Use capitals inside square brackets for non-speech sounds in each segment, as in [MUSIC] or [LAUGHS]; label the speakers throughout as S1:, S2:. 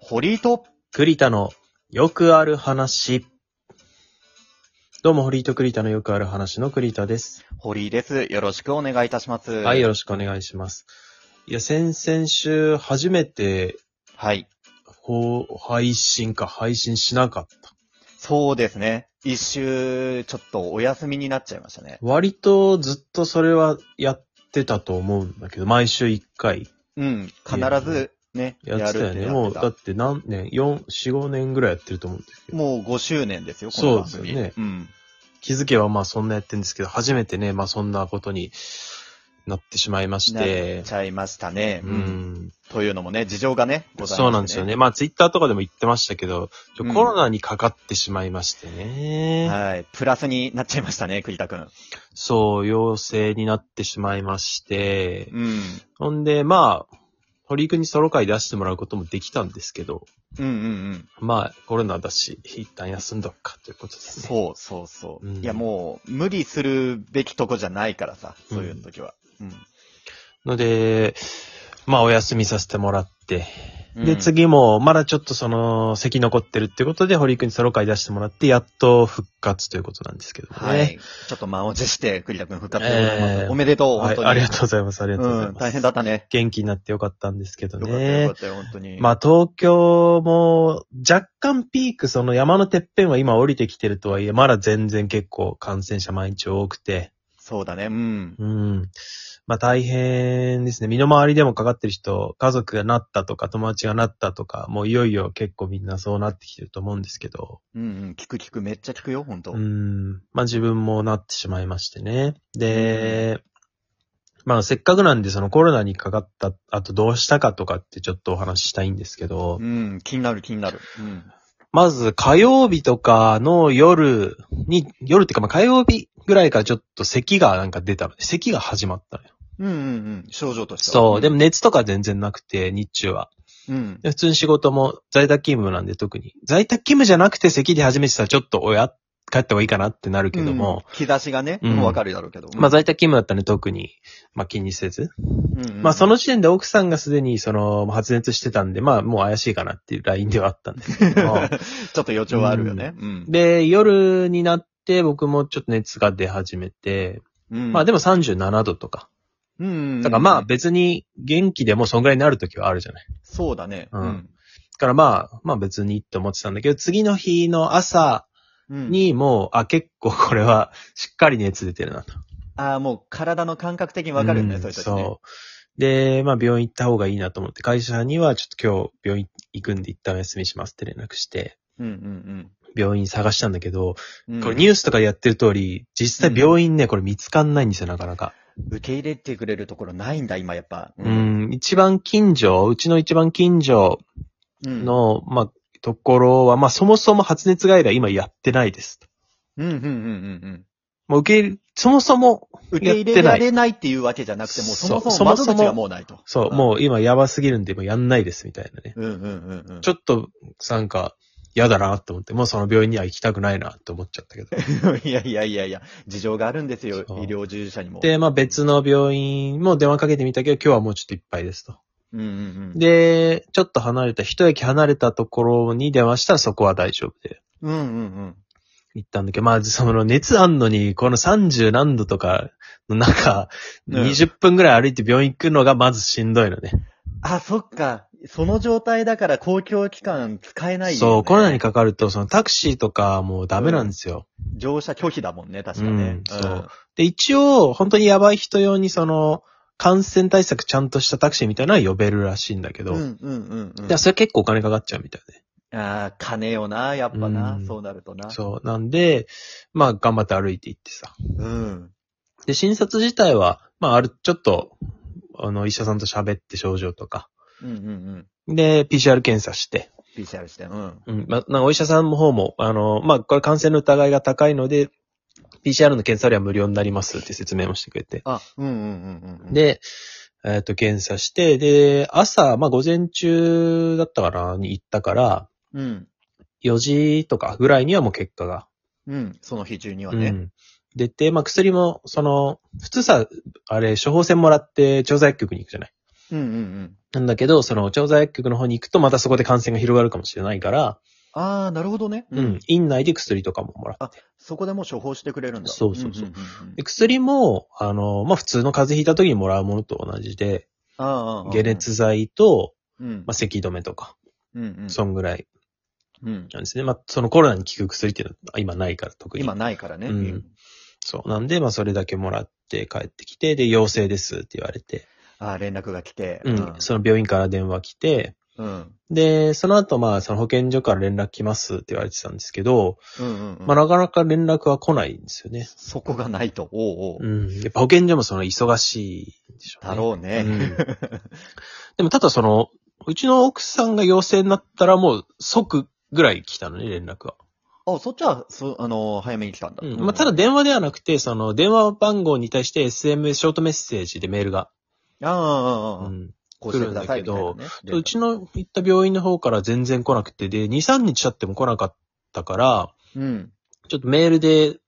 S1: 堀井と、
S2: 栗田のよくある話。どうも、堀井と栗田のよくある話の栗田です。
S1: 堀井です。よろしくお願いいたします。は
S2: はい、よろしくお願いします。いや、先々週、初めて、
S1: はい。
S2: ほう配信か、配信しなかった。
S1: そうですね。一周、ちょっとお休みになっちゃいましたね。
S2: 割とずっとそれはやってたと思うんだけど、毎週1回
S1: うん。必ず、ね、
S2: やってたよ
S1: って
S2: ね。
S1: や
S2: も
S1: っ
S2: う、
S1: てた
S2: だって何年 ?4、4、5年ぐらいやってると思うんだけど。
S1: もう5周年ですよ、この番組。
S2: そうですよね
S1: うん。
S2: 気づけばまあそんなやってるんですけど、初めてね、まあそんなことになってしまいまし。
S1: なってちゃいましたね。
S2: う
S1: うんん。というのもね、事情がね、ございます、ね。
S2: そうなんですよね。。まあ、ツイッターとかでも言ってましたけど、ちょ
S1: うん
S2: コロナにかかってしまいましてね。
S1: はい。プラスになっちゃいましたね、栗田くん。
S2: そう、陽性になってしまいまして。
S1: うん。
S2: ほんで、まあ、堀井くんにソロ会出してもらうこともできたんですけど、
S1: うんうんうん。
S2: まあ、コロナだし、一旦休んどくかということですね。
S1: そうそうそう。
S2: うん
S1: いや、もう、無理するべきとこじゃないからさ、そういう時は。うん。
S2: ので、まあ、お休みさせてもらって。
S1: う
S2: で、
S1: ん。
S2: 次も、まだちょっとその、咳残ってるってことで、堀井くんにソロ会出してもらって、やっと復活ということなんですけどもね。
S1: はい。ちょっと満を持して、栗田くん復活でございます。
S2: えー
S1: おめでとう、
S2: は
S1: 本
S2: い
S1: 当に。
S2: ありがとうございます。ありがとうござい
S1: うん、
S2: ます。
S1: 大変だったね。
S2: 元気になってよかったんですけど
S1: よかったよか
S2: ね
S1: っ。たよ、本当に。
S2: まあ東京も若干ピーク、その山のてっぺんは今降りてきてるとはいえ、まだ全然結構感染者毎日多くて、
S1: そうだね、うん。
S2: うん。まあ大変ですね。身の回りでもかかってる人、家族がなったとか友達がなったとか、もういよいよ結構みんなそうなってきてると思うんですけど、
S1: うんうん、聞く聞く、めっちゃ聞くよ、本当
S2: う。ん。まあ自分もなってしまいましてね。で、まあせっかくなんでそのコロナにかかった後どうしたかとかってちょっとお話ししたいんですけど、
S1: うん、気になる気になる。うん。
S2: まず火曜日とかの夜に、夜っていうかまあ火曜日ぐらいからちょっと咳がなんか出たので、咳が始まったのよ。
S1: うんうんうん、症状としては。
S2: そう。でも
S1: ね。
S2: 熱とか全然なくて、日中は。
S1: うん
S2: で。普通に仕事も在宅勤務なんで特に。在宅勤務じゃなくて咳で始めてたらちょっと親、帰った方がいいかなってなるけども、
S1: うん、兆しがね、
S2: うん
S1: もうわかるだろうけど。
S2: まあ在宅勤務だったんで特に、まあ気にせず。
S1: うんうんうん
S2: まあ
S1: [LAUGHS]
S2: その、時点で奥さんがすでにその発熱してたんで、まあもう怪しいかなっていうラインではあっ
S1: [LAUGHS]
S2: たんですけども。
S1: ちょっと予兆はあるよね。うん。
S2: で、夜になって僕もちょっと熱が出始めて、
S1: うん
S2: まあでも37度とか。
S1: うんうんうん。
S2: だからまあ別に元気でもそんぐらいになる時はあるじゃない。だ
S1: そうだね。
S2: うん。からまあ、まあ別にって思ってたんだけど、次の日の朝
S1: うん。
S2: にもう、あ、結構これはしっかり熱出てるなと。
S1: ああ、もう体の感覚的にわかるよね、
S2: ん
S1: そういう時ね。
S2: そう。で、まあ病院行った方がいいなと思って、会社にはちょっと今日病院行くんで一旦お休みしますって連絡して、
S1: う。うんうん
S2: 病院探したんだけど、
S1: うんうん。
S2: これニュースとかでやってる通り、実際病院ね、これ見つかんないんですよ、なかなか。
S1: 受け入れてくれるところないんだ、今やっぱ。
S2: う。ん、一番近所、うちの一番近所
S1: うん。
S2: の、まあ、ところは、まあ、そもそも発熱外来今やってないです。
S1: うん、うん、うん、うん。
S2: もう受け入れ、そもそも、
S1: 受け入れられないっていうわけじゃなくて、もうそもそも窓
S2: そうそもそも
S1: 口がもうないと。
S2: そ
S1: ん
S2: う、もう今やばすぎるんで、もうやんないです、みたいなね。
S1: うん、うん、うんうん。
S2: ちょっと、なんか、嫌だなと思って、もうその病院には行きたくないなって思っちゃったけど。
S1: [LAUGHS] いやいやいやいや、事情があるんですよ、医
S2: そう
S1: 療従事者にも。
S2: [LAUGHS] で、まあ別の病院も電話かけてみたけど、今日はもうちょっといっぱいですと。
S1: うん、うん、うん。
S2: で、ちょっと離れた、一駅離れたところに電話したらそこは大丈夫で。
S1: うん、うん、
S2: 行ったんだけど、まあ、その熱あんのに、この30何度とかの中、
S1: うん
S2: 20分ぐらい歩いて病院行くのがまずしんどいのね。
S1: うん。あ、そっか。その状態だから公共機関使えないよ、ね。
S2: そう、コロナにかかると、そのタクシーとかもうダメなんですよ。
S1: 乗車拒否だもんね、確かね。
S2: うんそうで、一応、本当にやばい人用にその、感染対策ちゃんとしたタクシーみたいなのは呼べるらしいんだけ
S1: う
S2: ど、
S1: ん。うん、うん、うん、うん。
S2: いや、それ結構お金かかっちゃうみたいで。
S1: ああ、金よな、やっぱな、
S2: うん
S1: そうなるとな。
S2: そう。なんで、まあ、頑張って歩いて行ってさ。
S1: うん。
S2: で、診察自体は、まあ、ある、ちょっと、あの、医者さんと喋って症状とか。
S1: うん、うん、うん。
S2: で、PCR 検査して。
S1: PCR して、うん。
S2: うん。ま、なんかお医者さんの方も、あの、まあ、これ感染の疑いが高いので、PCR の検査料は無料になりますって説明もしてくれて。
S1: あ、うんうんうんうん。、
S2: で、えっ、と、検査して、で、朝、まあ、午前中だったかな、に行ったから、
S1: うん。
S2: 4時とかぐらいにはもう結果が。
S1: うん。その日中には
S2: う
S1: ね。
S2: ん。出て、まあ、薬も、その、普通さ、あれ、処方箋もらって、調剤薬局に行くじゃない。
S1: うんうんうん。
S2: なんだけど、その、調剤薬局の方に行くと、またそこで感染が広がるかもしれないから、
S1: ああ、なるほどね。
S2: うん、。院内で薬とかももらって。
S1: そこでもう処方してくれるんだ。
S2: そうそうそうん
S1: んんん
S2: で薬も、あの、まあ、普通の風邪ひいた時にもらうものと同じで、
S1: ああああ、
S2: 解。熱剤と、
S1: うん。
S2: まあ、咳止めとか、
S1: うんうん。
S2: そんぐらい
S1: うん。
S2: なんですね。まあ、そのコロナに効く薬っていうのは今ないから、特に。
S1: 今ないからね。
S2: うんそう。なんで、まあ、それだけもらって帰ってきて、で、陽性ですって言われて、
S1: ああ、連絡が来て。
S2: うん、その病院から電話来て、
S1: うん。
S2: で、その後、まあ、その保健所から連絡来ますって言われてたんですけど、
S1: うんうんうん。
S2: まあ、なかなか連絡は来ないんですよね。
S1: そこがないと。おうおう。
S2: うん。やっぱ保健所もその忙しいんでしょうね。
S1: だろうね。 [LAUGHS]
S2: うんでも、ただその、うちの奥さんが陽性になったらもう即ぐらい来たのね、連絡は。
S1: あ、そっちは、そ、あの、早めに来たんだ。
S2: うん。まあ、ただ電話ではなくて、その、電話番号に対して SMS、ショートメッセージでメールが。
S1: ああ、あ
S2: う
S1: あ、ああ。
S2: ん。
S1: こうしてくださいみたいなね。
S2: うちの行った病院の方から全然来なくて、で、2、3日経っても来なかったから、
S1: うん。
S2: ちょっとメールで、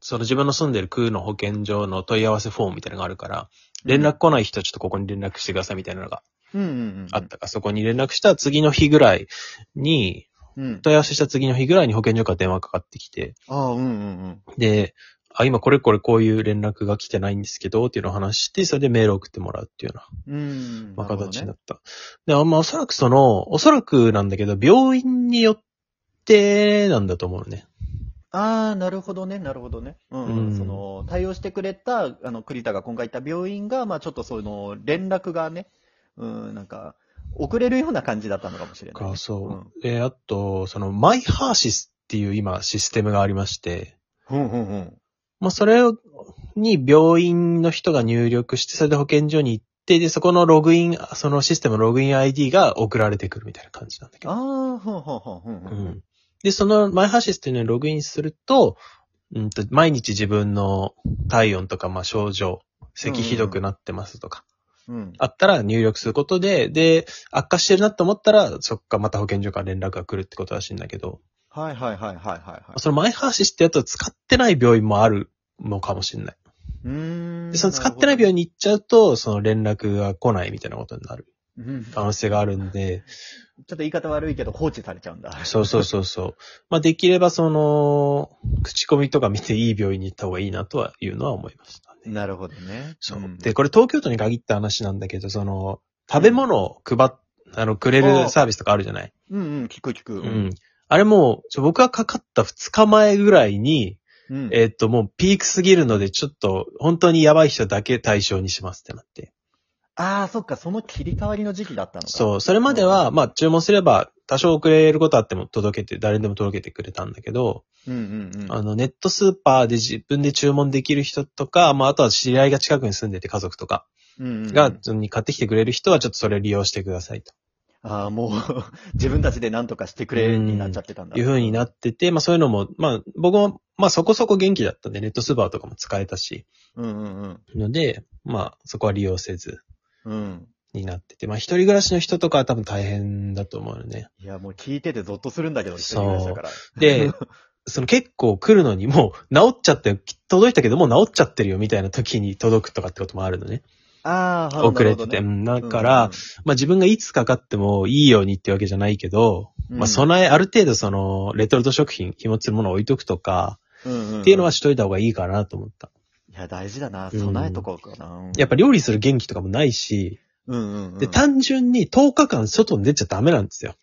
S2: その自分の住んでる区の保健所の問い合わせフォームみたいなのがあるから、連絡来ない人はちょっとここに連絡してくださいみたいなのが
S1: うんうんうん。
S2: あっ。たから、そこに連絡した次の日ぐらいに、
S1: うん。
S2: 問い合わせした次の日ぐらいに保健所から電話かかってきて、
S1: ああ、うんうん
S2: で、あ、今これこれこういう連絡が来てないんですけど、っていうのを話して、それでメールを送ってもらうっていうよう
S1: う
S2: な
S1: ん。うん。
S2: まあ、形にな
S1: なる
S2: った。で、あんまおそらくその、おそらくなんだけど、病院によってなんだと思うのね。
S1: ほどね。ああ、なるほどね、なるほどね。うんうん。
S2: うん
S1: その、対応してくれた、あの、栗田が今回行った病院が、まあちょっとその、連絡がね、うん、なんか、遅れるような感じだったのかもしれないね、
S2: か、そう。
S1: うん
S2: で、あと、その、マイハーシスっていう今システムがありまして、
S1: うんうんうん。
S2: まあ、それに病院の人が入力して、それで保健所に行って、で、そこのログイン、そのシステムのログイン ID が送られてくるみたいな感じなんだけど。
S1: ああ、ほんほんほんほん
S2: う
S1: ほん。
S2: ん。で、そのマイハーシスっていうのにログインすると、うんと、毎日自分の体温とか、まあ、症状、咳ひどくなってますとか、
S1: うん。
S2: あったら入力することで、で、悪化してるなと思ったら、そっか、また保健所から連絡が来るってことらしいんだけど、
S1: はいはいはいはいはいはい。
S2: そのマイハーシスってやつを使ってない病院もあるのかもしれない。
S1: うーん。
S2: で、その使ってない病
S1: 院。
S2: 院に行っちゃうと、その連絡が来ないみたいなことになる
S1: うん。ちょ
S2: 可能性があるんで、
S1: っと言い方悪いけど放置されちゃうんだ。
S2: そうそうそうそう。まあ、できればその、口コミとか見ていい病院に行った方がいいなとはいうのは思いましたね。
S1: なるほどね。
S2: そう。
S1: ん
S2: で、これ東京都に限った話なんだけど、その、食べ物を配っ、あの、くれるサービスとかあるじゃない
S1: うんうん、聞く聞く。
S2: うん。あれもう、ちょ僕がかかった2日前ぐらいに、
S1: うん。
S2: えっと、もうピークすぎるので、ちょっと、本当にやばい人だけ対象にしますってなって。
S1: ああ、そっか、その切り替わりの時期だったのか。う。
S2: そう、それまでは、まあ、注文すれば、多少遅れることあっても届けて、誰でも届けてくれたんだけど、
S1: うんうんうん。
S2: あの、ネットスーパーで自分で注文できる人とか、まあ、あとは知り合いが近くに住んでて家族とか
S1: うんうんうん
S2: が、その買ってきてくれる人は、ちょっとそれを利用してくださいと
S1: ああ、もう、 [LAUGHS] 自分たちで何とかしてくれになっちゃってたんだ。
S2: いうふうになってて、まあ、そういうのも、まあ、僕も、まあ、そこそこ元気だったんで、ネットスーパーとかも使えたし、
S1: うんうんうん。
S2: ので、まあ、そこは利用せず
S1: うん。
S2: になってて、まあ、一人暮らしの人とかは多分大変だと思うよね。
S1: いや、もう聞いててゾッとするんだけど、一
S2: そう
S1: 人暮らしだから。 [LAUGHS]
S2: で、その結構来るのにもう治っちゃって、届いたけどもう治っちゃってるよみたいな時に届くとかってこともあるのね。
S1: ああ、
S2: 遅れて
S1: な
S2: て。
S1: る
S2: うん
S1: ほ
S2: だ
S1: どね
S2: から、、まあ自分がいつかかってもいいようにってわけじゃないけど、まあ備え、ある程度その、レトルト食品、日持ちするものを置いとくとか、
S1: の
S2: っていうのは
S1: い
S2: しといた方がいいかなと思った。
S1: や、大事だな。備えとこうかな。
S2: やっぱ料理する元気とかもないし、
S1: うんうんうん。
S2: で、単純に10日間外に出ちゃダメなんですよ。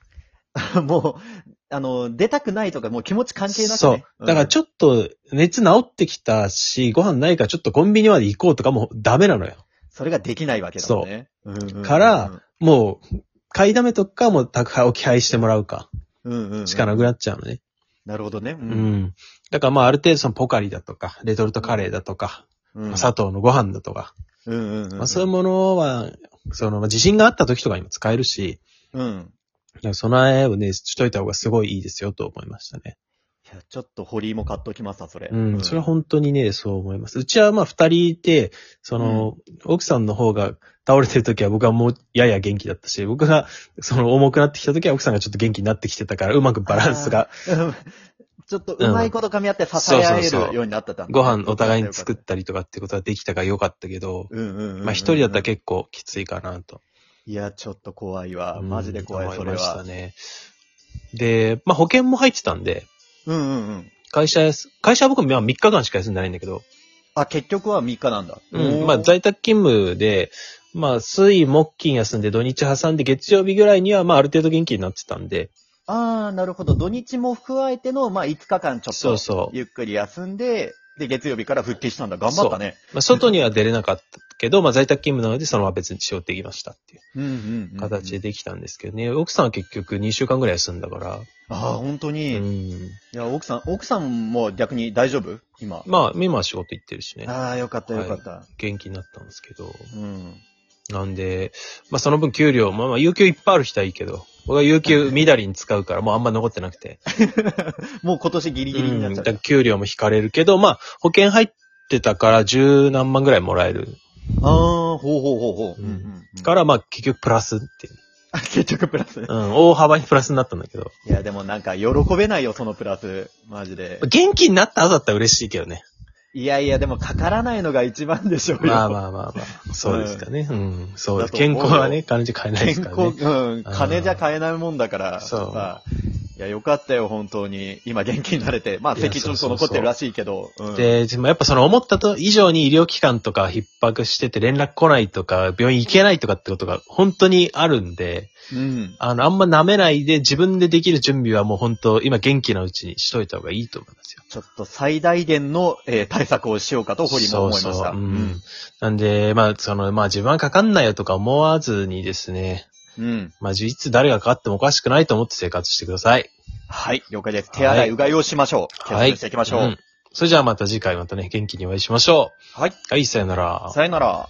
S1: もう、あの、出たくないとか、もう気持ち関係なくね。
S2: そう。だからちょっと熱治ってきたし、ご飯ないからちょっとコンビニまで行こうとかもダメなのよ。
S1: それができないわけだもんね。うんうんうん
S2: から、もう、買いだめとくか、もう宅配置き配してもらうか、
S1: うんうんうん。
S2: しかなくなっちゃうのね。
S1: なるほどね。う
S2: うん。。だからまあある程度そのポカリだとか、レトルトカレーだとか、
S1: う
S2: ま
S1: ん
S2: あ、砂糖のご飯だとか、
S1: うんうんうん。
S2: まあそういうものは、その、まあ、地震があった時とかにも使えるし、
S1: うん。
S2: だから備えをね、しといた方がすごいいいですよと思いましたね。
S1: いや、ちょっと堀井も買っときますわ、それ。
S2: うん。それは本当にね、そう思います。うちはまあ二人いて、その、奥さんの方が倒れてる時は僕はもうやや元気だったし、僕がその重くなってきた時は奥さんがちょっと元気になってきてたから、うまくバランスが [LAUGHS]
S1: うん [LAUGHS] ちょっとうまいこと噛み合って支え合えるようになってたんだ
S2: ご飯お互いに作ったりとかってことはできたから良かったけど、
S1: うんうんうんうん。
S2: まあ一人だったら結構きついかなと。
S1: いや、ちょっと怖いわ。
S2: うん
S1: マジで怖い、それ
S2: 思ました
S1: は。
S2: ね。で、まあ、保険も入ってたんで、
S1: うんうんうん。
S2: 会社やす、会社は僕まあ3日間しか休んでないんだけど、
S1: あ、結局は3日なんだ。
S2: うん、まあ、
S1: だ
S2: 在宅勤務で、まあ、水、木、金休んで土日挟んで月曜日ぐらいには、まあ、ある程度元気になってたんで、
S1: ああ、なるほど。土日も加えての、まあ、5日間ちょっ
S2: そう
S1: と、
S2: そう。
S1: ゆっくり休んで、で、月曜日から復帰したんだ。頑張ったね。
S2: まあ、外には出れなかったけど、まあ、在宅勤務なので、そのまま別に仕事できましたっていう
S1: うんうんうんうん。
S2: 形でできたんですけどね、奥さんは結局2週間ぐらい休んだから、
S1: ああ、本当
S2: う
S1: に。い
S2: ん。
S1: や、奥さん、奥さんも逆に大丈夫今。
S2: まあ、今は仕事行ってるしね、
S1: ああ、よかったよかった。
S2: 元気になったんですけど、
S1: うん。
S2: なんで、まあ、その分給料、まあ、まあ、有給いっぱいある人はいいけど、僕は有給みだりに使うから、もうあんま残ってなくて。
S1: もう今年ギリギリになっちゃ
S2: だ
S1: っ
S2: か
S1: た。
S2: ら給料も引かれるけど、まあ、保険入ってたから十何万ぐらいもらえる。
S1: ああ、ほうほうほうほう。
S2: うん
S1: うん
S2: か、ら、まあ、結局プラスっていう。 [LAUGHS]
S1: あ結局プラス。
S2: うん、大幅にプラスになったんだけど。
S1: いや、でもなんか喜べないよ、そのプラス。マジで。
S2: 元気になった後だったら嬉しいけどね。
S1: いやいや、でもかからないのが一番でしょうよ。
S2: まあまあまあまあ。そうですかね。うん、そうです。
S1: だと思
S2: 健
S1: うよ
S2: 康はね、感じ変えないです
S1: 健
S2: から
S1: 康、
S2: ね。
S1: うん、金じゃ買えないもんだから。
S2: そう
S1: まあいや、よかったよ、本当に。今元気になれて。まあ、
S2: いや
S1: 咳ちょっ
S2: そ
S1: と
S2: うそ
S1: 残
S2: うそう
S1: ってるらしいけど。うん、
S2: で、でもやっぱその思ったと以上に医療機関とか逼迫してて連絡来ないとか、病院行けないとかってことが本当にあるんで、
S1: うん。
S2: あの、あんま舐めないで自分でできる準備はもう本当、今元気なうちにしといた方がいいと思いますよ。
S1: ちょっと最大限の、えー対策をしようかと、堀も思いました。
S2: そうそううん。なんで、まあ、その、まあ自分はかかんないよとか思わずにですね、
S1: うん。うん
S2: まあ、いつ誰がかかってもおかしくないと思って生活してください。
S1: はい、了解です。手洗い、
S2: はいう
S1: がいをしましょう。
S2: はい。
S1: 決断していきましょう。
S2: んそれじゃあまた次回またね、元気にお会いしましょ
S1: はい、
S2: う。はい、さよなら。
S1: さよなら。